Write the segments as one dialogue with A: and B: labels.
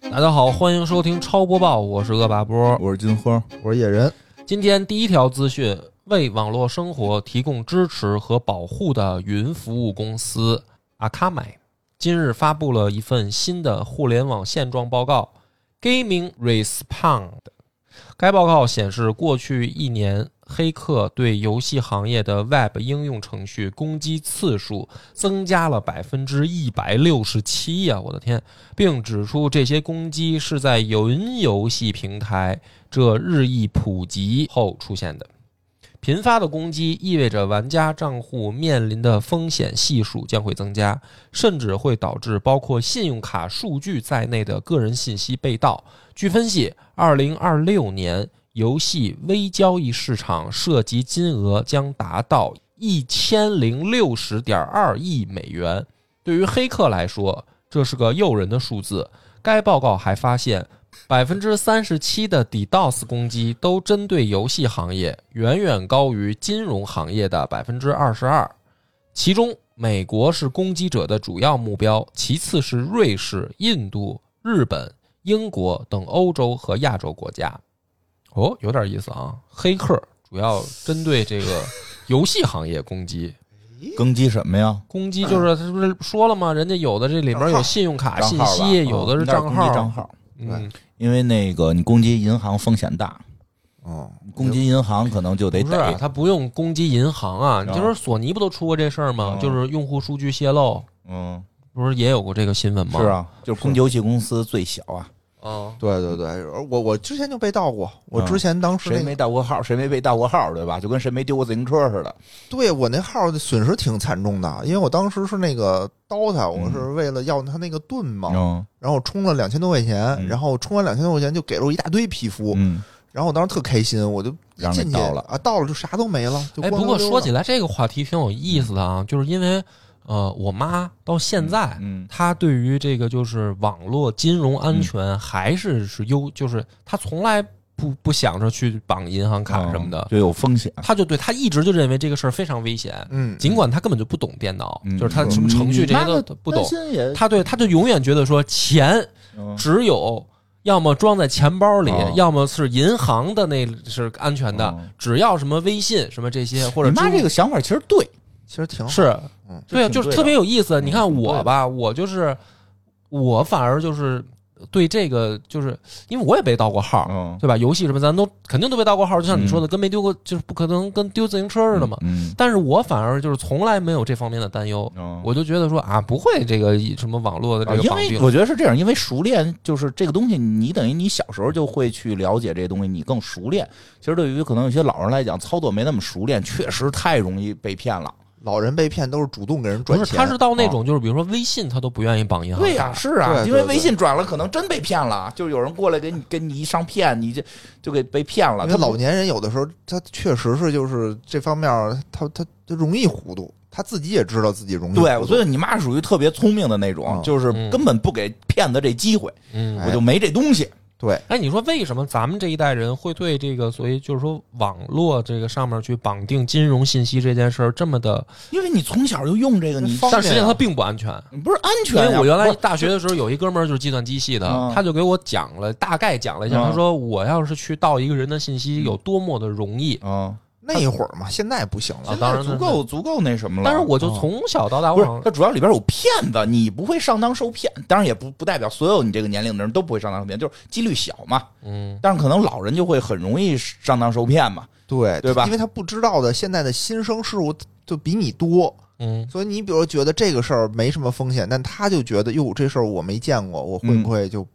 A: 大家好，欢迎收听超播报，我是恶霸波。
B: 我是金花，
C: 我是野人，
A: 今天第一条资讯，为网络生活提供支持和保护的云服务公司阿卡买，今日发布了一份新的互联网现状报告 （Gaming Respond）。该报告显示，过去一年，黑客对游戏行业的 Web 应用程序攻击次数增加了百分之一百六十七呀！我的天，并指出这些攻击是在云游戏平台这日益普及后出现的。频发的攻击意味着玩家账户面临的风险系数将会增加，甚至会导致包括信用卡数据在内的个人信息被盗。据分析，二零二六年游戏微交易市场涉及金额将达到一千零六十点二亿美元。对于黑客来说，这是个诱人的数字。该报告还发现，百分之三十七的 DDoS 攻击都针对游戏行业，远远高于金融行业的百分之二十二。其中，美国是攻击者的主要目标，其次是瑞士、印度、日本、英国等欧洲和亚洲国家。哦，有点意思啊！黑客主要针对这个游戏行业攻击，
B: 更击什么呀？
A: 攻击就是他不是说了吗？人家有的这里面有信用卡
B: 账
A: 信
B: 号吧嗯
A: 息，有的是
B: 那
A: 账
B: 攻击
A: 号
B: 账，号，
A: 嗯，
B: 因为那个你攻击银行风险大，
C: 嗯，
B: 攻击银行可能就得
A: 不是
B: 逮。
A: 他不用攻击银行啊，
B: 嗯
A: 你就是索尼不都出过这事儿吗？
B: 嗯
A: 就是用户数据泄露，
B: 嗯，
A: 不是也有过这个新闻吗？
B: 是，啊，就是攻击游戏公司最小啊，
A: 嗯，
C: 对对对，而我我之前就被盗过，我
B: 嗯
C: 之前当时
B: 谁
C: 那个
B: 没盗过号，谁没被盗过号，对吧？就跟谁没丢过自行车似的。
C: 对我那号的损失挺惨重的，因为我当时是那个刀塔，我是为了要他那个盾
A: 哦
C: 嘛，
B: 嗯
C: 然后充了两千多块钱，
B: 嗯
C: 然后充完两千多块钱就给了我一大堆皮肤，
B: 嗯，
C: 然后我当时特开心，我就一
B: 让你
C: 进去
B: 盗了
C: 啊，到了就啥都没了，就
A: 哎，
C: 光
A: 不过
C: 溜溜
A: 说
C: 的
A: 起来这个话题挺有意思的啊，就是因为呃，我妈到现在。
B: 嗯
A: 她对于这个就是网络金融安全还是是优，就是她从来不不想着去绑银行卡什么的
B: 嗯，就有风险。
A: 她就对她一直就认为这个事儿非常危险，
C: 嗯，
A: 尽管她根本就不懂电脑，
B: 嗯
A: 就是她什么程序这些都都不懂
B: 担，心也
A: 他对他就永远觉得说钱
B: 嗯
A: 只有要么装在钱包里，
B: 哦
A: 要么是银行的那是安全的，
B: 哦
A: 只要什么微信什么这些或者
B: 你妈
A: 支付
B: 这个想法其实对，
C: 其实挺好，
A: 是
C: 嗯
A: 对啊，
B: 挺
A: 就是
B: 对
A: 特别
B: 的
A: 有意思。你看
B: 挺对
A: 我
B: 的
A: 吧，我就是我反而就是对这个就是因为我也被盗过号，
B: 嗯，
A: 对吧？游戏什么咱都肯定都被盗过号，就像你说的，跟没丢过就是不可能跟丢自行车似的嘛。
B: 嗯，
A: 但是我反而就是从来没有这方面的担忧。
B: 嗯
A: 我就觉得说啊，不会这个什么网络的
B: 啊
A: 这个
B: 因
A: 绑
B: 为
A: 定，
B: 我觉得是这样，因为熟练就是这个东西，你等于你小时候就会去了解这东西，你更熟练。其实对于可能有些老人来讲，操作没那么熟练，确实太容易被骗了。
C: 老人被骗都是主动给人
A: 不
C: 转
A: 是，
C: 钱，啊
A: 他是到那种就是比如说微信，他都不愿意绑银行。
B: 对呀、是啊，
C: 对对
B: 因为微信转了，可能真被骗了，就有人过来给你跟你一上骗，你就就给被骗了。
C: 因为老
B: 他
C: 年人有的时候他确实是就是这方面儿他他他容易糊涂，他自己也知道自己容易糊涂。
B: 对，所以你妈属于特别聪明的那种，
C: 嗯
B: 就是根本不给骗子这机会，
A: 嗯，
C: 哎
B: 我就没这东西。
C: 对，
A: 哎，你说为什么咱们这一代人会对这个，所以就是说网络这个上面去绑定金融信息这件事儿这么的，
B: 因为你从小就用这个，你
C: 方便
A: 但实际上它并不安全。
B: 不啊是安
A: 因
B: 全、啊。
A: 为我原来
B: 不是
A: 大学的时候有一哥们儿就是计算机系的
B: 嗯，
A: 他就给我讲了大概讲了一下，
B: 嗯
A: 他说我要是去盗一个人的信息有多么的容易
B: 嗯，
C: 那一会儿嘛，现在不行了
A: 啊。当然
B: 足够足够那什么了。啊
A: 但是我就从小到大，
B: 不
A: 我
B: 是
A: 好，像
B: 它主要里边有骗子，你不会上当受骗。当然也不不代表所有你这个年龄的人都不会上当受骗，就是几率小嘛。
A: 嗯，
B: 但是可能老人就会很容易上当受骗嘛。
C: 对
B: 对吧
C: 因为他不知道的现在的新生事物就比你多，
A: 嗯，
C: 所以你比如觉得这个事儿没什么风险，但他就觉得哟这事儿我没见过，我会不会就、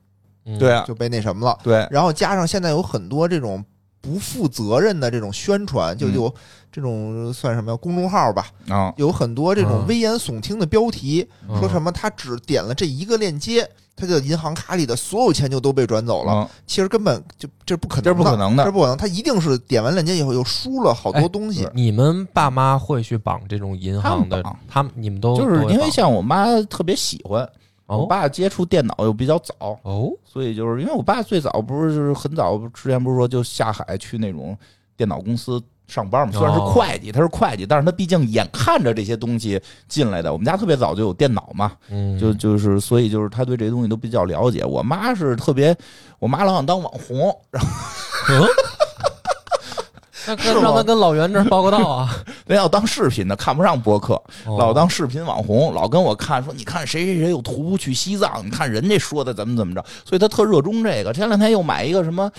A: 嗯，
B: 对啊，
C: 就被那什么了？
B: 对，
C: 然后加上现在有很多这种不负责任的这种宣传，就
B: 嗯
C: 有这种算什么呀？公众号吧，
B: 啊，
C: 有很多这种
A: 嗯
C: 危言耸听的标题，
A: 嗯
C: 说什么他只点了这一个链接，他的银行卡里的所有钱就都被转走了。
B: 嗯
C: 其实根本就这不可能，
B: 这是不可能的
C: 这是不可能。他一定是点完链接以后又输了好
A: 哎
C: 多东西。
A: 你们爸妈会去绑这种银行的
B: 他们绑，
A: 他们你们都
B: 就是
A: 都会
B: 因为
A: 绑
B: 像我妈特别喜欢，我
A: 哦
B: 爸接触电脑又比较早，
A: 哦，
B: 所以就是因为我爸最早不是就是很早之前不是说就下海去那种电脑公司上班嘛，虽然是
A: 哦
B: 会计，他是会计，但是他毕竟眼看着这些东西进来的。我们家特别早就有电脑嘛，
A: 嗯，
B: 就就是，所以就是他对这些东西都比较了解。我妈是特别，我妈老想当网红，
A: 嗯，那
C: 是
A: 跟
C: 吗
A: 让他跟老袁这儿报个到啊，
B: 人要当视频的，看不上播客，
A: 哦
B: 老当视频网红，老跟我看说，你看谁谁谁又徒步去西藏，你看人家说的怎么怎么着，所以他特热衷这个。前两天又买一个什么，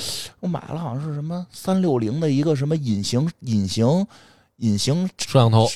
B: 我买了好像是什么三六零的一个什么隐形隐形隐形
A: 摄像头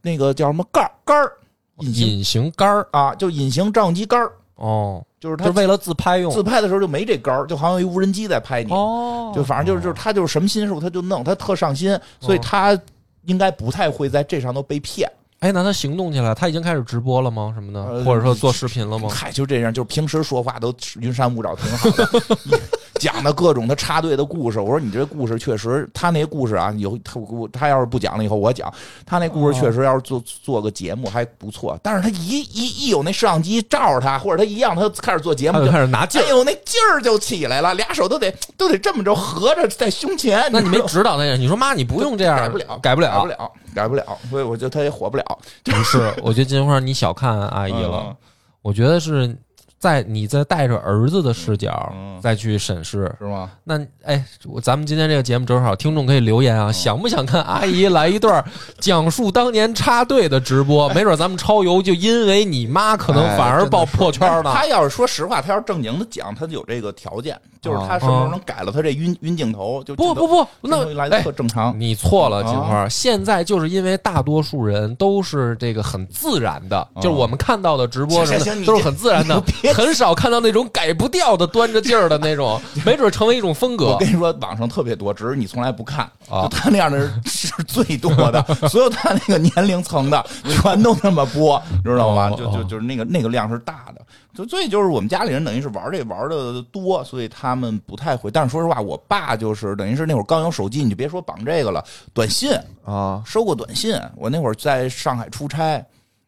B: 那个叫什么盖儿杆儿，隐形
A: 隐形杆儿
B: 啊，就隐形照相机杆儿，
A: 哦，
B: 就是他
A: 是为了自拍用
B: 自拍的时候就没这杆儿，就好像有一无人机在拍你。
A: 哦，
B: 就反正就是就是他就是什么心术他就弄，他特上心，所以他应该不太会在这上头被骗。
A: 哎，那他行动起来，他已经开始直播了吗？什么的，
B: 呃
A: 或者说做视频了吗？
B: 嗨，就这样，就是平时说话都云山雾罩，挺好的， 讲的各种他插队的故事。我说你这故事确实，他那故事啊，有他我他要是不讲了以后我讲，他那故事确实要是做做个节目还不错。但是他一一一有那摄像机照着他，或者他一样，他开始做节
A: 他
B: 目
A: 就
B: 就。
A: 开始拿劲
B: 哎
A: 儿。
B: 呦，那劲儿就起来了，俩手都得都得这么着合着在胸前。
A: 那你没指
B: 知道吗
A: 导他呀？你说妈，你不用这样，
B: 改不了，
A: 改不
B: 改不
A: 了。
B: 了，改不了，所以我觉得他也火不了。
A: 不是，我觉得金花你小看阿
B: 哎
A: 姨了，，我觉得是在你在带着儿子的视角
B: 嗯
A: 再去审视。
B: 是吗？
A: 那哎，我咱们今天这个节目正好，听众可以留言
B: 嗯
A: 啊，想不想看阿姨来一段讲述当年插队的直播？没准咱们超游就因为你妈可能
B: 哎
A: 反而
C: 真的
A: 爆
C: 是
A: 破圈呢。
B: 他要是哎说实话，他要是正经的讲，他有这个条件，就是他什么时候能改了他这晕晕镜头，就
A: 啊不不不，那
B: 来啊的
A: 哎
B: 特，正常。
A: 你错了，金花。现在就是因为大多数人都是这个很自然的，就是我们看到的直播什么
B: 啊行行
A: 的
B: 行
A: 都是很自然的
B: 你就，别
A: 很少看到那种改不掉的端着劲儿的那 种，没准成为一种风格
B: 我跟。你说，网上特别多，只是你从来不看。
A: 啊
B: 就他那样的人是最多的，所有他那个年龄层的全都那么播，你知道吗？
A: 哦
B: 就
A: 哦
B: 就就是那个那个量是大的，就所以就是我们家里人等于是玩这玩的多，所以他们不太会。但是说实话，我爸就是等于是那会儿刚有手机，你就别说绑这个了，短信
C: 啊，
B: 收过短信，我那会儿在上海出差，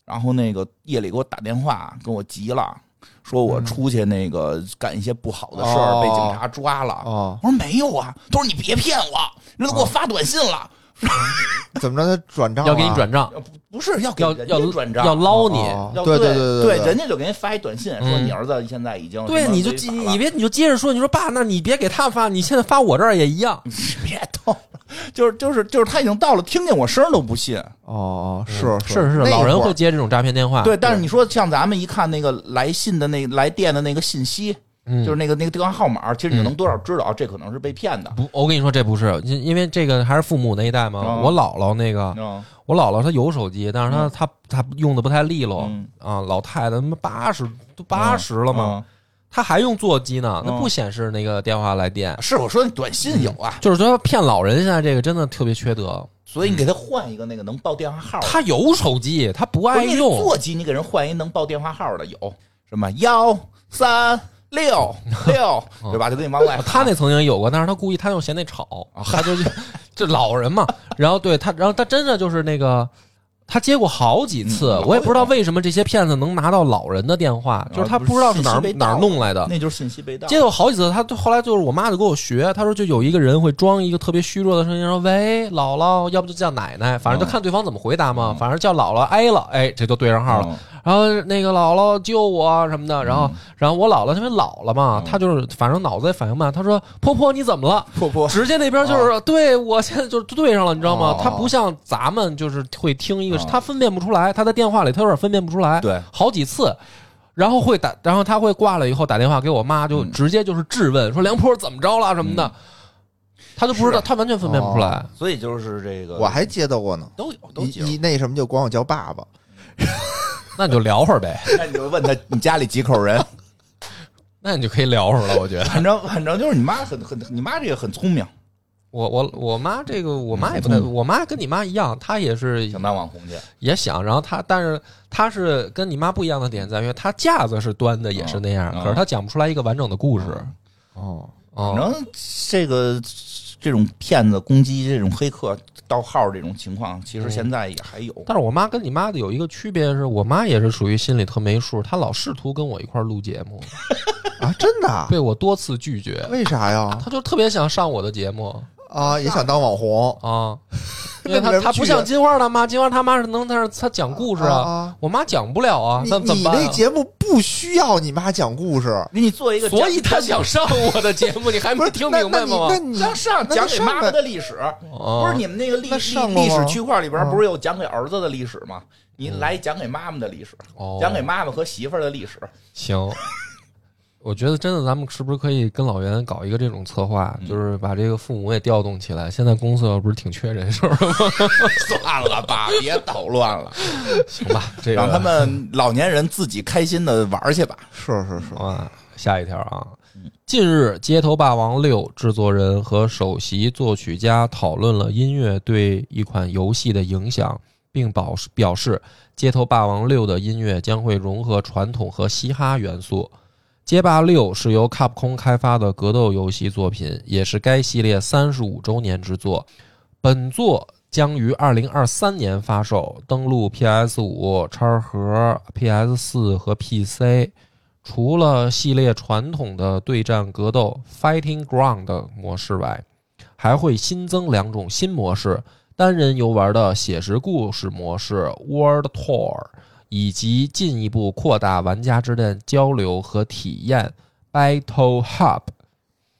B: 然后那个夜里给我打电话，跟我急了，说我出去那个干一些不好的事儿，
C: 哦
B: 被警察抓了。
C: 哦
B: 我说没有啊，他说你别骗我，人都给我发短信了，
C: 怎么着？他转账啊
A: 要给你
C: 了
A: 转账，
B: 呃不不是要给
A: 要
B: 人
A: 要
B: 家转账，啊
A: 要捞你。
C: 哦
B: 要
C: 对
B: 对
C: 对
B: 对
C: 对，
B: 人家就给人发一短信说
A: 嗯
B: 你儿子现在已经
A: 对，
B: 什么
A: 你就
B: 违
A: 记，
B: 法
A: 你
B: 了
A: 别你就接着说，你说爸，那你别给他发，你现在发我这儿也一样。
B: 嗯别逗了，就是就是就是他已经到了，听见我声儿都不信。
C: 哦，是
A: 嗯是是，
C: 那
A: 老人
C: 会
A: 会
C: 儿
A: 接这种诈骗电话。
B: 对，但是你说像咱们一看那个来信的那来电的那个信息，
A: 嗯，
B: 就是那个那个电话号码，其实你就能多少知道、哦这可能是被骗的。
A: 不，我跟你说，这不是，因因为这个还是父母那一代嘛。
B: 嗯
A: 我姥姥那个，
B: 嗯，
A: 我姥姥她有手机，但是她、她她用的不太利落、
B: 嗯哦
A: 啊。老太太他妈八十都八十了嘛，她还用座机呢，那
B: 嗯
A: 不显示那个电话来电
B: 嗯？。是我说短信有啊，
A: 就是说骗老人，现在这个真的特别缺德。
B: 所以你给他换一个那个能报电话号的。
A: 她有手机，她不爱
B: 关键是
A: 用。
B: 座机你给人换一能报电话号的有什么幺三六 六对吧？就给你往外喊。
A: 她哦那曾经有过，但是她故意，她就嫌那吵，
B: 啊
A: 她就这老人嘛。然后对她，然后她真的就是那个，她接过好几次，
B: 嗯
A: 我也不知道为什么这些骗子能拿到老人的电话，就是她
B: 啊不是
A: 不知道是哪儿
B: 信息被盗
A: 哪儿弄来的。
B: 那就是信息被盗。
A: 接过好几次，他后来就是我妈就跟我学，她说就有一个人会装一个特别虚弱的声音，说喂姥姥，要不就叫奶奶，反正
B: 啊
A: 就看对方怎么回答嘛，反正叫姥姥挨了，哎，这就对上号了。
B: 嗯
A: 然后那个姥姥救我什么的，然后然后我姥姥因为老了嘛，她就是反正脑子也反应慢，她说婆婆你怎么了？
B: 婆婆
A: 直接那边就是对我现在就对上了，你知道吗
B: 哦？
A: 她不像咱们就是会听一个
B: 哦，
A: 她分辨不出来，她在电话里她有点分辨不出来。
B: 对
A: 好几次，然后会打，然后他会挂了以后打电话给我妈，就直接就是质问说梁坡怎么着了什么的，他就不知道，他完全分辨不出来。
B: 所以就是这个
C: 我还接到过呢。
B: 都有都有。
C: 一一那什么就管我叫爸爸，
A: 那你就聊会儿呗，
B: 那你就问他你家里几口人，
A: 那你就可以聊会儿了。我觉得
B: 反正反正就是你妈很很你妈这个很聪明，
A: 我我我妈这个我妈也不太，
C: 嗯
A: 我妈跟你妈一样，她也是
B: 想当网红去。
A: 也想，然后她但是她是跟你妈不一样的点在于，她架子是端的也是那样，
B: 嗯
A: 可是她讲不出来一个完整的故事。
C: 哦，
A: 哦
B: 反正这个这种骗子攻击这种黑客盗号这种情况，
A: 哦
B: 其实现在也还有。
A: 但是我妈跟你妈的有一个区别是，我妈也是属于心里特没数，她老试图跟我一块儿录节目，
C: 啊，真的啊？
A: 被我多次拒绝。
C: 为啥呀？
A: 她就特别想上我的节目，
C: 啊，也想当网红，
A: 啊，因为
C: 那
A: 他
C: 人
A: 他不
C: 去
A: 像
C: 啊
A: 金花他妈，金花他妈是能，但是他讲故事
C: 啊
A: 啊，
C: 啊
A: 我妈讲不了啊，
C: 你
A: 那怎
C: 你
A: 么办
C: 那
A: 啊？
C: 节目不需要你妈讲故事，
B: 你做一个
A: 所以
B: 讲
A: 他想上我的节目，你还
C: 不
A: 没哎
C: 是
A: 听
C: 那
A: 明白吗哦
C: 那？你那
B: 让
C: 你
B: 上
C: 那
B: 讲给
C: 上
B: 妈妈
C: 面
B: 的历史，
A: 不
B: 不是你哦们那个历
C: 那
B: 历
C: 上过
B: 历史
C: 吗
B: 区块里边
C: 嗯
B: 不是有讲给儿子的历史吗？你来讲给妈妈的历史，讲给妈妈和媳妇儿的历史。
A: 哦行，我觉得真的，咱们是不是可以跟老袁搞一个这种策划，
B: 嗯
A: 就是把这个父母也调动起来？现在公司不是挺缺人 手的吗？
B: 算了 吧，别捣乱了，
A: 行吧，这个
B: 让他们老年人自己开心的玩去吧。
C: 是是是，
A: 啊，下一条啊。近日，《街头霸王六》制作人和首席作曲家讨论了音乐对一款游戏的影响，并表示表示，《街头霸王六》的音乐将会融合传统和嘻哈元素。《街霸六》是由 Capcom 开发的格斗游戏作品，也是该系列三十五周年之作。本作将于二零二三年发售，登陆 PS 五、叉盒、PS 四和 PC。除了系列传统的对战格斗 Fighting Ground 的模式外，还会新增两种新模式：单人游玩的写实故事模式 World Tour，以及进一步扩大玩家之间交流和体验 Battle Hub。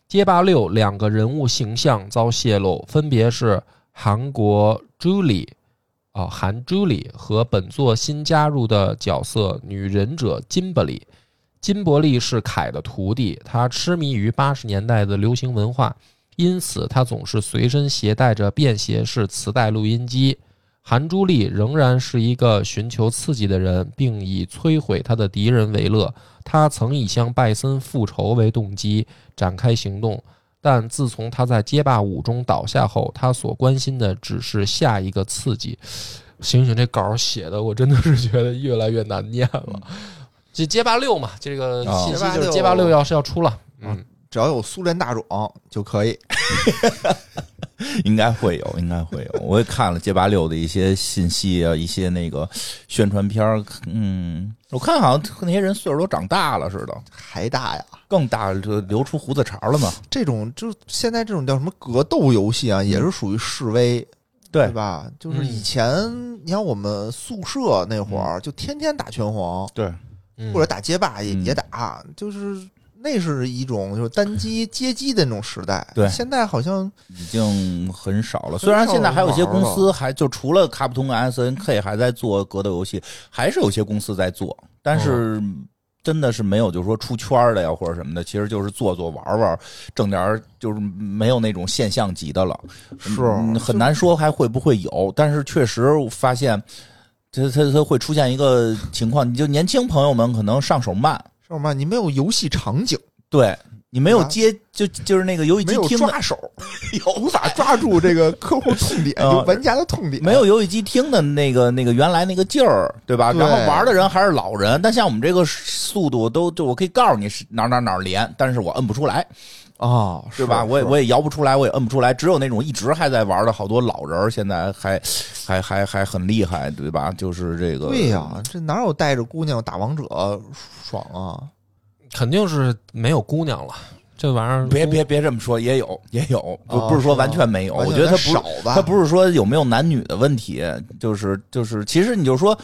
A: 街霸六两个人物形象遭泄露，分别是韩国 Julie 啊、韩 Julie 和本作新加入的角色女忍者金伯里。金伯利是凯的徒弟，他痴迷于八十年代的流行文化，因此他总是随身携带着便携式磁带录音机。韩朱莉仍然是一个寻求刺激的人，并以摧毁他的敌人为乐。他曾以向拜森复仇为动机展开行动，但自从他在街霸五中倒下后，他所关心的只是下一个刺激。醒醒，这稿儿写的我真的是觉得越来越难念了。嗯啊这街霸六嘛，这个
B: 哦
A: 信息就是街霸六要是要出了，
C: 嗯
A: 嗯，
C: 只要有苏联大壮就可以。
B: 应该会有，应该会有。我也看了街霸六的一些信息啊，一些那个宣传片儿。嗯，我看好像那些人岁数都长大了似的，
C: 还大呀！
B: 更大就留出胡子茬了嘛。
C: 这种就现在这种叫什么格斗游戏啊，也是属于示威，
B: 对
C: 对吧？
B: 嗯
C: 就是以前你看我们宿舍那会儿，就天天打拳皇
B: 对，
A: 嗯
C: 或者打街霸也
B: 嗯
C: 也打，就是那是一种就是 单机街机的那种时代。
B: 对
C: 现在好像
B: 已经很少了。
C: 很
B: 虽然现在还有一些
C: 少人玩
B: 公
C: 了
B: 司还就除了卡普通跟 SNK 还在做格斗游戏，还是有些公司在做，但是。
C: 嗯
B: 真的是没有，就是说出圈儿的呀，或者什么的，其实就是做做玩玩，挣点儿，就是没有那种现象级的了。
C: 是
B: 嗯很难说还会不会有，但是确实我发现，它它它会出现一个情况，你就年轻朋友们可能上手慢，
C: 什么，你没有游戏场景，
B: 对你没有
C: 对吧
B: 接就就是那个游戏
C: 没
B: 机
C: 有
B: 厅的
C: 抓手，
B: 有
C: 无法抓住这个客户 痛点，
B: 啊
C: 就玩家的痛点。
B: 没有游戏机厅的那个那个原来那个劲儿，对吧？
C: 对
B: 然后玩的人还是老人，但像我们这个速度都就我可以告诉你是哪儿哪儿哪儿连，但是我摁不出来，
C: 啊，
B: 对吧？
C: 是
B: 我也
C: 是
B: 我也摇不出来，我也摁不出来。只有那种一直还在玩的好多老人儿，现在还还还还很厉害，对吧？就是这个
C: 对呀、这哪有带着姑娘打王者爽啊？
A: 肯定是没有姑娘了，这玩意儿
B: 别别别这么说，也有也有，不、
C: 哦
B: 不是说
C: 是吗
B: 完全没有，
C: 完
B: 我觉
C: 全
B: 得他不是
C: 少吧？
B: 他不是说有没有男女的问题，就是就是，其实你就说，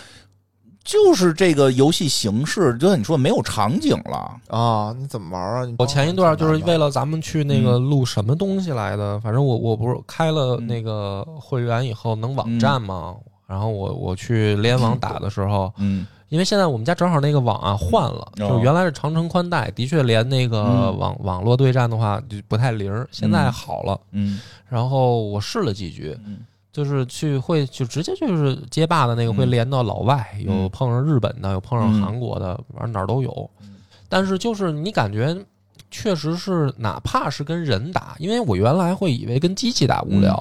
B: 就是这个游戏形式，就像你说没有场景了，
C: 啊，你怎么玩啊？你
A: 我前一段就是为
C: 了
A: 了咱们去那个
B: 嗯
A: 录什么东西来的，反正我我不是开了那个会员以后能网站嘛，然后我我去联网打的时候，
B: 嗯
A: 因为现在我们家正好那个网啊换了，
B: 哦
A: 就原来是长城宽带，的确连那个
B: 嗯
A: 网、网络对战的话就不太灵儿，现在好了。
B: 嗯
A: 然后我试了几局，
B: 嗯
A: 就是去会就直接就是街霸的那个会
B: 嗯
A: 连到老外，
B: 嗯
A: 有碰上日本的，有碰上
B: 嗯
A: 韩国的，反正哪儿都有
B: 嗯。
A: 但是就是你感觉，确实是哪怕是跟人打，因为我原来会以为跟机器打无聊，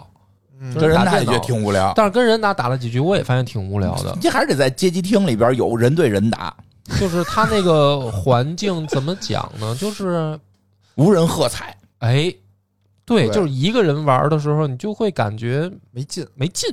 C: 嗯
A: 就是
B: 这人
A: 打
B: 那
A: 电
B: 也觉得
A: 脑
B: 挺无聊。
A: 但是跟人打打了几局，我也发现挺无聊
B: 。
A: 的
B: 这还是得在街机厅里边有人对人打，
A: 就是他那个环境怎么讲呢？就是
B: 无人喝彩。
A: 哎，对，
C: 对
A: 就是一个人玩的时候，你就会感觉
C: 没劲，
A: 没劲。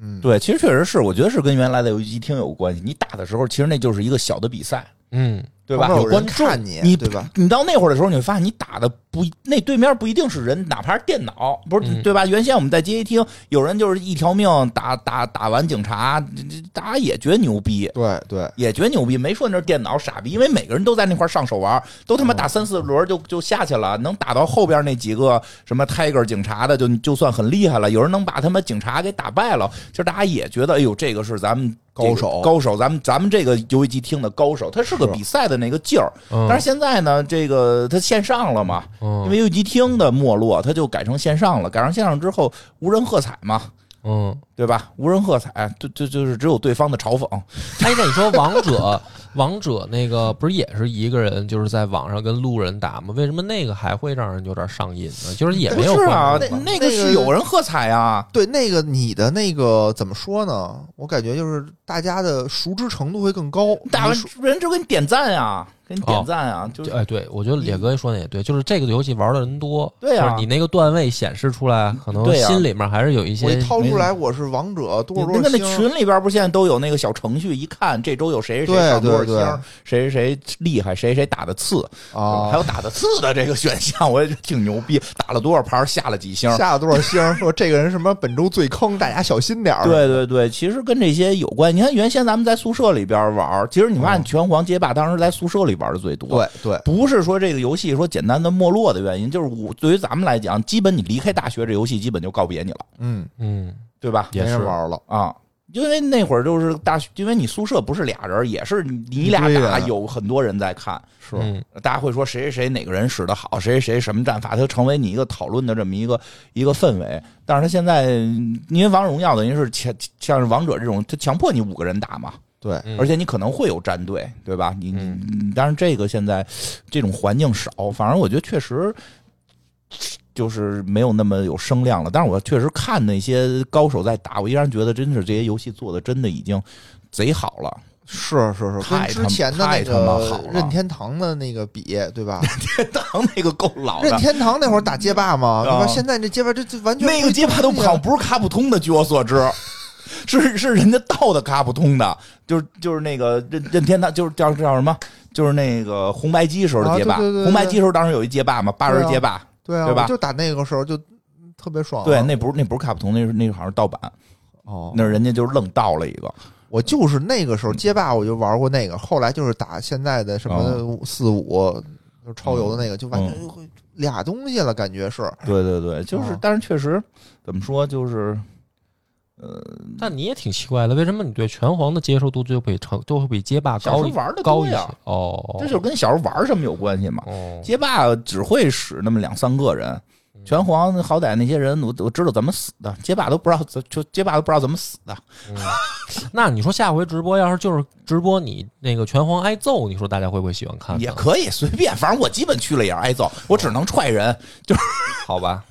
C: 嗯，
B: 对，其实确实是，我觉得是跟原来的游戏机厅有关系。你打的时候，其实那就是一个小的比赛，
A: 嗯，
B: 对吧？
C: 旁边
B: 有
C: 有人
B: 观众，
C: 看你
B: 你
C: 对吧？
B: 你到那会儿的时候，你会发现你打的不那对面不一定是人，哪怕是电脑，不是、
A: 嗯
B: 对吧？原先我们在街机厅，有人就是一条命打打打完警察，这这大家也觉得牛逼。
C: 对对，
B: 也觉得牛逼，没说那是电脑傻逼，因为每个人都在那块儿上手玩，都他妈
C: 嗯
B: 打三四轮就就下去了，能打到后边那几个什么 Tiger 警察的，就就算很厉害了。有人能把他妈警察给打败了，其实大家也觉得，哎呦，这个是咱们这个
C: 高手
B: 高手，咱们咱们这个游戏机厅的高手，他是个
C: 是
B: 比赛的那个劲儿。
A: 嗯
B: 但是现在呢，这个它线上了嘛，因
A: 嗯
B: 为游戏机厅的没落，它就改成线上了。改成线上之后，无人喝彩嘛，
A: 嗯，
B: 对吧？无人喝彩，就就就是只有对方的嘲讽。
A: 哎，那你说王者，王者那个不是也是一个人，就是在网上跟路人打吗？为什么那个还会让人有点上瘾呢？就是也
B: 不
A: 没有
B: 是啊，
A: 观
B: 那
A: 众吧
B: 那个是有人喝彩啊。
C: 对，那个你的那个怎么说呢？我感觉就是大家的熟知程度会更高。
B: 打完
C: 你说
B: 人就给你点赞啊，给你点赞啊，就
A: 就是哎，对，我觉得野哥说的也对，就是这个游戏玩的人多，
B: 对
A: 就
B: 啊
A: 是你那个段位显示出来，可能
B: 对啊
A: 心里面还是有一
C: 我
A: 些
C: 一掏出来，我是王者多
B: 你
C: 少多
B: 那
C: 少
B: 个那
C: 星，
B: 群里边不是现在都有那个小程序，一看这周有谁谁谁
C: 对
B: 上多少
C: 对
B: 星，谁谁谁厉害，谁谁打的次还
C: 啊，
B: 有打的次的这个选项，我也觉得挺牛逼，打了多少盘下了几星，
C: 下了多少星？说这个人什么本周最坑，大家小心点儿。
B: 对对对，其实跟这些有关。你看原先咱们在宿舍里边玩儿，其实你发现拳皇、街霸当时在宿舍里玩的最多。，
C: 对对，
B: 不是说这个游戏说简单的没落的原因，就是我对于咱们来讲，基本你离开大学，这游戏基本就告别你了，
C: 嗯，
A: 嗯，
B: 对吧？
A: 也
C: 没
A: 是
C: 人玩了。
B: 啊。因为那会儿就是大学，因为你宿舍不是俩人，也是你俩
C: 一堆
B: 打，
C: 人
B: 有很多人在看，
C: 是
A: 嗯
B: 大家会说谁谁谁哪个人使得好，谁谁谁什么战法，它成为你一个讨论的这么一个一个氛围。但是它现在，嗯因为王者荣耀等于是强像是王者这种，它强迫你五个人打嘛，
C: 对，
A: 嗯
B: 而且你可能会有战队，对吧？你
A: 嗯
B: 你，但是这个现在这种环境少，反正我觉得确实就是没有那么有声量了。但是我确实看那些高手在打，我依然觉得真是这些游戏做的真的已经贼好了。
C: 是是是，
B: 太
C: 跟
B: 他妈
C: 之前的那
B: 太他妈好
C: 个
B: 了
C: 任天堂的那个比，对吧？
B: 天堂那个够老
C: 任
B: 的。
C: 天堂那会儿打街霸嘛，你
B: 啊
C: 说现在这街霸这这完全
B: 那个街霸都不好，不是卡普通的，据我所知，是是人家盗的卡普通的，就是就是那个任任天堂，就是叫叫什么，就是那个红白机时候的街霸，
C: 啊对对对对
B: 红白机时候当时有一街霸嘛，八人
C: 对啊
B: 街霸，
C: 对啊，
B: 对吧
C: 我就打那个时候就特别爽啊。
B: 对，那不是那不是卡普通，那是那是好像是盗版，
C: 哦，
B: 那是人家就是愣盗了一个，
C: 我就是那个时候
B: 嗯
C: 街霸，我就玩过那个，后来就是打现在的什
B: 哦
C: 么四五，就是超游的
B: 嗯
C: 那个，就完全就会俩东西了，感觉是。
B: 对对对，就是
C: 哦，
B: 但是确实怎么说就是。
A: 但你也挺奇怪的，为什么你对拳皇的接受度就比成就会比街霸
B: 小时
A: 高
B: 候
A: 一
B: 玩的
A: 高
B: 多
A: 一些
B: 呀，？
A: 哦，
B: 这就是跟小时候玩什么有关系嘛。
A: 哦，
B: 街霸只会使那么两三个人，
A: 嗯
B: 拳皇好歹那些人我我知道怎么死的，街霸都不知道，就街霸都不知道怎么死的。
A: 那你说下回直播要是就是直播你那个拳皇挨揍，你说大家会不会喜欢看呢？
B: 也可以随便，反正我基本去了也是挨揍，我只能踹人，就是
A: 好吧，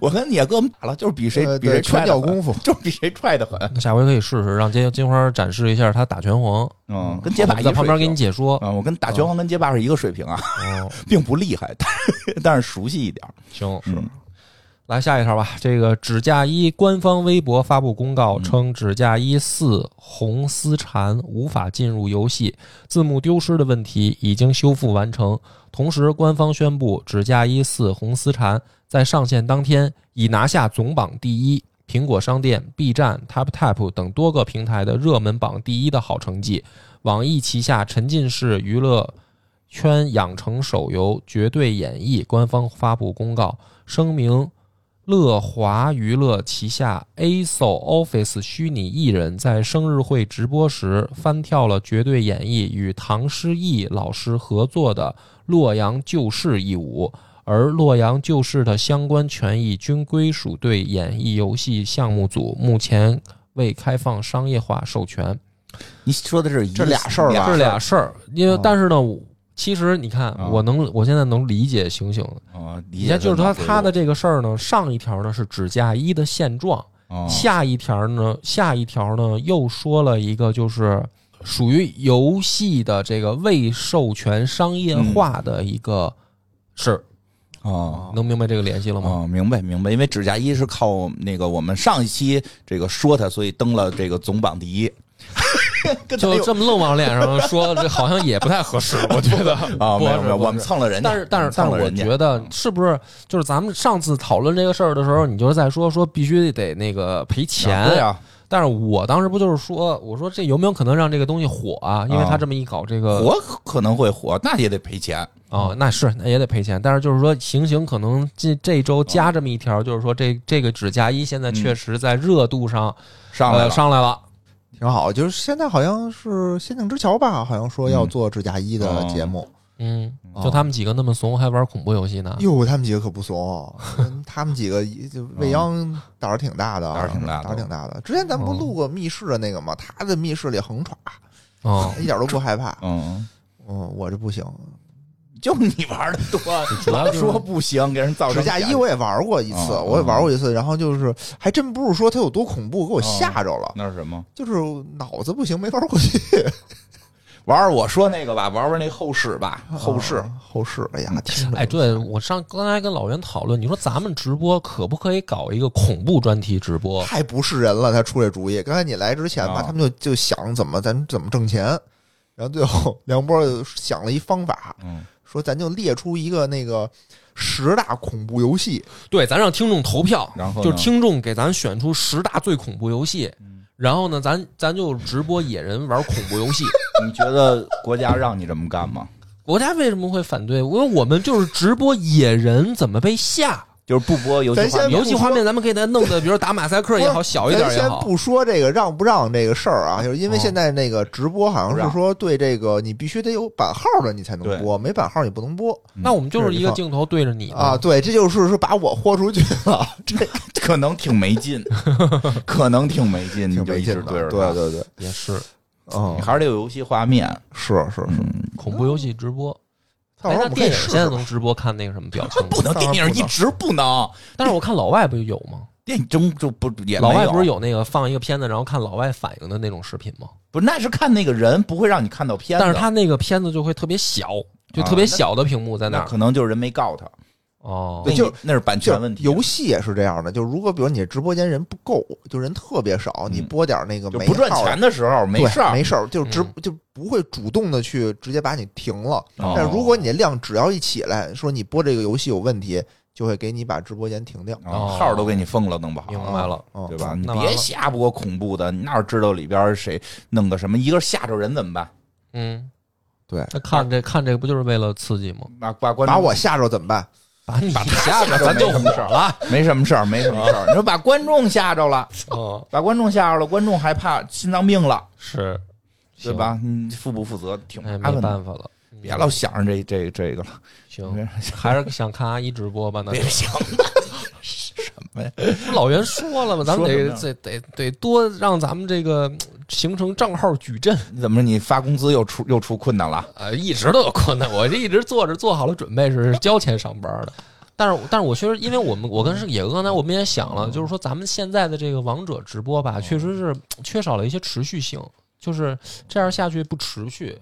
B: 我跟野哥我们打了，就是比谁
C: 呃
B: 比谁
C: 对
B: 踹
C: 拳
B: 的
C: 脚
B: 狠，
C: 功夫，
B: 就是比谁踹的狠。
A: 那下回可以试试，让金金花展示一下他打拳皇，
B: 嗯，跟街霸
A: 我
B: 一
A: 在旁边
B: 水
A: 给
B: 平
A: 你解说。
B: 啊，我跟打拳皇跟街霸是一个水平啊，
A: 哦，
B: 并不厉害，但是但是熟悉一点。
A: 行，
B: 是，
A: 来下一条吧。这个指甲衣官方微博发布公告称，指甲衣四红丝蝉无法进入游戏，字幕丢失的问题已经修复完成。同时，官方宣布，指甲衣四红丝蝉在上线当天已拿下总榜第一。苹果商店、B 站、TapTap 等多个平台的热门榜第一的好成绩，网易旗下沉浸式娱乐圈养成手游《绝对演绎》官方发布公告，声明乐华娱乐旗下 ASO Office 虚拟艺人在生日会直播时翻跳了《绝对演绎》与唐诗逸老师合作的《洛阳旧事》一舞，而《洛阳旧事》的相关权益均归属对演绎游戏项目组，目前未开放商业化授权。
B: 你说的是一
C: 这俩事儿吧
A: 这俩事儿，因为
C: 哦
A: 但是呢，我其实你看，
B: 啊
A: 我能我现在能理解醒醒了。
B: 啊，理
A: 你
B: 解
A: 看，就是
B: 他
A: 他他的这个事儿呢，上一条呢是指甲衣的现状，
B: 啊
A: 下一条呢，下一条呢又说了一个就是属于游戏的这个未授权商业化的一个事儿，
B: 嗯啊。
A: 能明白这个联系了吗？
B: 哦，明白明白，因为指甲 衣是靠那个我们上一期这个说它，所以登了这个总榜第一。跟咱
A: 就
B: 有
A: 这么愣往脸上说，这好像也不太合适，我觉得
B: 啊，
A: 不
B: 没
A: 合
B: 有
A: 适
B: 没有，
A: 不合
B: 我们
A: 适
B: 蹭了人家，
A: 但是但是但
B: 蹭
A: 是，
B: 了
A: 我
B: 人家，啊嗯
A: 觉得是不是就是咱们上次讨论这个事儿的时候，你就是在说说必须得那个赔钱
B: 啊对啊，
A: 但是我当时不就是说，我说这有没有可能让这个东西火啊？因为他这么一搞这个
B: 嗯火可能会火，那也得赔钱。
A: 啊、那是那也得赔钱。但是就是说，行刑可能这这周加这么一条，就是说这这个指甲医现在确实在热度上、
B: 嗯上来
A: 呃
B: 了，
A: 上来了，
C: 挺好。就是现在好像是仙境之桥吧，好像说要
B: 嗯
C: 做指甲医
B: 哦
C: 的节目。
A: 嗯，
C: 哦
A: 就他们几个那么怂，还玩恐怖游戏呢。
C: 哟，他们几个可不怂，嗯他们几个一就未央胆儿挺大的，
B: 嗯
C: 啊
B: 胆儿挺大的哦
C: 胆儿挺大的。之前咱们不录过密室的那个吗？他在密室里横闯，
A: 哦，
C: 一点都不害怕。
B: 嗯，
C: 嗯，我这不行。
B: 就你玩的 多，
A: 主要就是
B: 说不行，给人造成
C: 指甲
B: 压
C: 衣
B: 力
C: 我也玩过一次，
B: 嗯
C: 我也玩过一次，然后就是还真不是说它有多恐怖，给
B: 啊
C: 我吓着了，
B: 那是什么？
C: 就是脑子不行，没玩过 去。
B: 玩玩我说那个吧，玩玩那后世吧，后世
A: 哦
C: 啊后世，哎呀，
B: 嗯
C: 听着，
A: 哎，对我上刚才跟老袁讨论，你说咱们直播可不可以搞一个恐怖专题直播？
C: 太不是人了，他出这主意。刚才你来之前吧，
B: 啊
C: 他们就就想怎么咱怎么挣钱，然后最后 梁波就想了一方法，
B: 嗯，
C: 说咱就列出一个那个十大恐怖游戏，
A: 对，咱让听众投票，
B: 然后呢
A: 就听众给咱选出十大最恐怖游戏，
C: 嗯
A: 然后呢，咱咱就直播野人玩恐怖游戏。
B: 你觉得国家让你这么干吗？
A: 国家为什么会反对？因为我们就是直播野人怎么被吓，
B: 就是不播游戏
C: 咱
B: 化
C: 先
B: 面，
A: 游戏画面咱们给它弄的，比如打马赛克也好，小一点
C: 咱
A: 也
C: 先
A: 好。
C: 不说这个让不让这个事儿啊，就是因为
A: 哦
C: 现在那个直播好像
B: 不
C: 是
B: 让
C: 说对这个你必须得有版号的你才能播，没版号你不能播
A: 那我们就是一个镜头对着你
C: 啊。，对，这就是说把我豁出去了，这
B: 可能挺没劲，可能挺没劲，
C: 挺
B: 你就
C: 没
B: 一
C: 劲
B: 直
C: 的。
B: 对着
C: 对
B: 它，
C: 对 对，
A: 也是
C: 嗯
B: 你，还是得有游戏画面。
C: 是是是，
B: 嗯，
A: 恐怖游戏直播。
C: 到
A: 哎，
C: 时
A: 那
C: 候我们可
A: 电
C: 以
A: 影现
C: 试试
A: 在
C: 吧。
A: 能直播看那个什么表 情吗？
B: 不能电影一直不能，
A: 但是我看老外不就有吗？
B: 电影中就不也
A: 老
B: 没
A: 外
B: 有
A: 不是有那个放一个片子，然后看老外反应的那种视频吗？
B: 不是那是看那个人，不会让你看到片子。
A: 但是他那个片子就会特别小，就
B: 啊
A: 特别小的屏幕在那
B: 那
A: 儿
B: 可能就是人没告他，
A: 哦
B: 那。你
C: 就
B: 那是版
C: 就
B: 权问题。啊
C: 游戏也是这样的，就是如果比如你直播间人不够，就人特别少，你播点那个
B: 嗯就
C: 没
B: 不赚
C: 号的
B: 钱的时候没
C: 对
B: 事儿，嗯
C: 没事儿，就直、就不会主动的去直接把你停了。
B: 哦
C: 但如果你的量只要一起来说你播这个游戏有问题，就会给你把直播间停掉。
A: 哦
B: 号儿都给你封了，弄不好，
A: 明白了，
C: 嗯，
B: 哦对吧？你
A: 那完了
B: 别瞎播恐怖的，你哪知道里边儿谁弄个什么？一个吓着人怎么办？
A: 嗯，
C: 对，
A: 那看这看这个不就是为了刺激吗？
B: 把把观众
C: 把我吓着怎么办？
A: 把你
B: 吓着，咱就火了， 没什么事儿，没什么事儿。你说把观众吓着了，
A: 嗯
B: 把观众吓着了，观众害怕心脏病了，
A: 是，
B: 对
A: 行？
B: 吧？嗯你负不负责挺
A: 哎，
B: 麻
A: 没
B: 烦的，
A: 办法嗯了，嗯
B: 别老想着这这这个了，
A: 行，还是想看阿姨直播吧？那
B: 别
A: 就
B: 想
A: 不是 老袁说了吗？咱们
B: 说什
A: 得
B: 么呀
A: 得得得多让咱们这个形成账号矩阵。
B: 你 怎么着你发工资又出又出困难了？
A: 呃，一直都有困难，我这一直做着做好了准备是交钱上班的。但是，但是我确实，因为我们我跟是野哥刚才我们也想了，就是说咱们现在的这个王者直播吧，确实是缺少了一些持续性，就是这样下去不持续，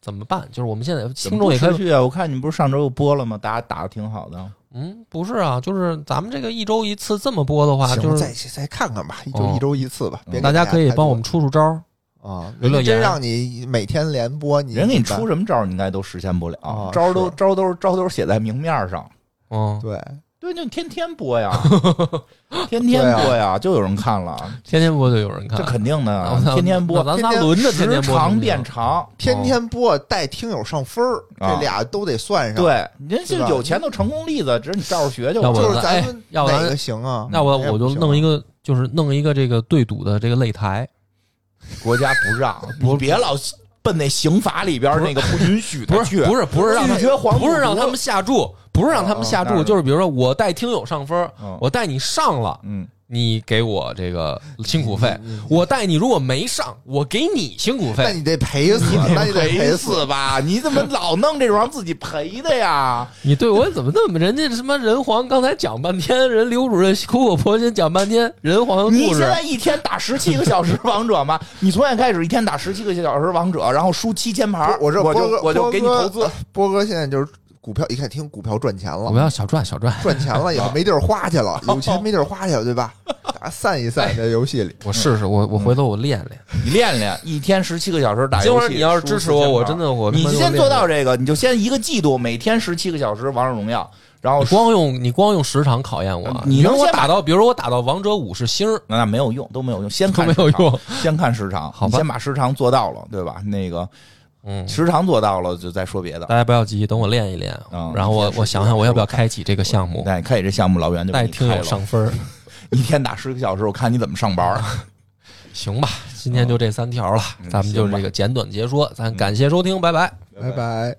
A: 怎么办？就是我们现在听众也可
B: 怎么不
A: 以，
B: 持续啊！我看你不是上周又播了吗？大家打的挺好的，
A: 嗯，不是啊，就是咱们这个一周一次这么播的话，
C: 行，
A: 就是
C: 再再看看吧，一周、
A: 哦
C: 一周一次吧。别给
A: 大家
C: 家
A: 可以
C: 太多
A: 帮我们出出招儿，
C: 啊，
A: 留留言
C: 真让你每天连播，你
B: 人给你
C: 怎么
B: 出什么招儿，你应该都实现不了
A: 哦
C: 啊，
B: 招儿都
C: 是
B: 招儿都是招儿都是写在明面儿上。
A: 嗯
C: 办，
B: 对，
C: 对，
B: 就天天播 呀，天天播呀，啊就有人看了，
A: 天天播就有人看
B: 这，肯定的
A: 啊那
B: 啊，
A: 咱
B: 天天播，
A: 那咱仨
C: 天天
A: 轮着天
B: 时
A: 天播行
B: 长
A: 不
B: 变
A: 行
B: 长。
C: 天天播带听友上分儿，
B: 啊
C: 这俩都得算上。，
B: 对，人就
C: 对吧
B: 有钱的成功例子，只是你照着学就
A: 要不
B: 完
C: 就
B: 了。
C: 是咱们
A: 哎要不然
C: 哪个行啊？
A: 那我
C: 哪个
A: 我
C: 不
A: 就
C: 行啊
A: 弄一个，就是弄一个这个对赌的这个擂台，
B: 国家不让，你别老奔那刑法里边那个不允许的
A: 不是
B: 去，
A: 不是不是让他
B: 拒绝黄赌
A: 不是让
B: 毒
A: 他们下注，不是让他们下
B: 啊啊
A: 注，
B: 那
A: 就是比如说我带听友上分
B: 嗯，
A: 我带你上了，
B: 嗯，
A: 你给我这个辛苦费；我带你如果没上，我给你辛苦
C: 那
A: 费。
C: 你得赔 死，那你得
B: 赔
C: 死。
B: 死吧！你怎么老弄这种让自己赔的呀？
A: 你对我怎么那么人家什么人皇刚才讲半天，人刘主任苦口婆心讲半天人皇的
B: 你
A: 故
B: 现
A: 事，
B: 在一天打十七个小时王者吗？ 你从现在开始一天打十七个小时王者，然后输七千盘儿，
C: 我这
B: 我
C: 波哥
B: 就，我就给你
C: 波
B: 投
C: 哥
B: 资。。
C: 波哥现在就是股票一看听股票赚钱
A: 我
C: 了
A: 们，要小赚小赚。
C: 赚钱了以后没地儿花去了，有钱没地儿花去了，对吧？大家散一散在游戏里。
A: 我试试，我我回头我练练。
B: 你练练，一天十七个小时打
A: 嗯今
B: 游
A: 晚
B: 戏。
A: 你要是支持
B: 输
A: 我，
B: 4000
A: 我
B: 块
A: 真的我
B: 你
A: 他妈就
B: 先
A: 练
B: 做
A: 了
B: 到这个，你就先一个季度每天十七个小时王者荣耀，然后
A: 你光用你光用时长考验我
B: 嗯，你
A: 你
B: 能
A: 让我
B: 先把
A: 打到，比如说我打到王者五是星儿，
B: 那那没有用，都没有用，先
A: 都
B: 看
A: 没有
B: 时长，
A: 用。
B: 先看时长，
A: 好吧
B: 你先把时长做到了，对吧？那个
A: 嗯，
B: 时长做到了，就再说别的。
A: 大家不要急，等我练一练
B: 嗯，
A: 然后我我想想我要不要开启这个项目，
B: 那你哎看你这项目老袁就给
A: 带
B: 你
A: 听
B: 开
A: 友
B: 了，
A: 上 分儿。
B: 一天打十个小时，我看你怎么上班儿。
A: 行吧，今天就这三条了，咱们就
B: 嗯行吧
A: 这
B: 嗯
A: 个简短截说，咱感谢收听，拜拜。
C: 拜拜。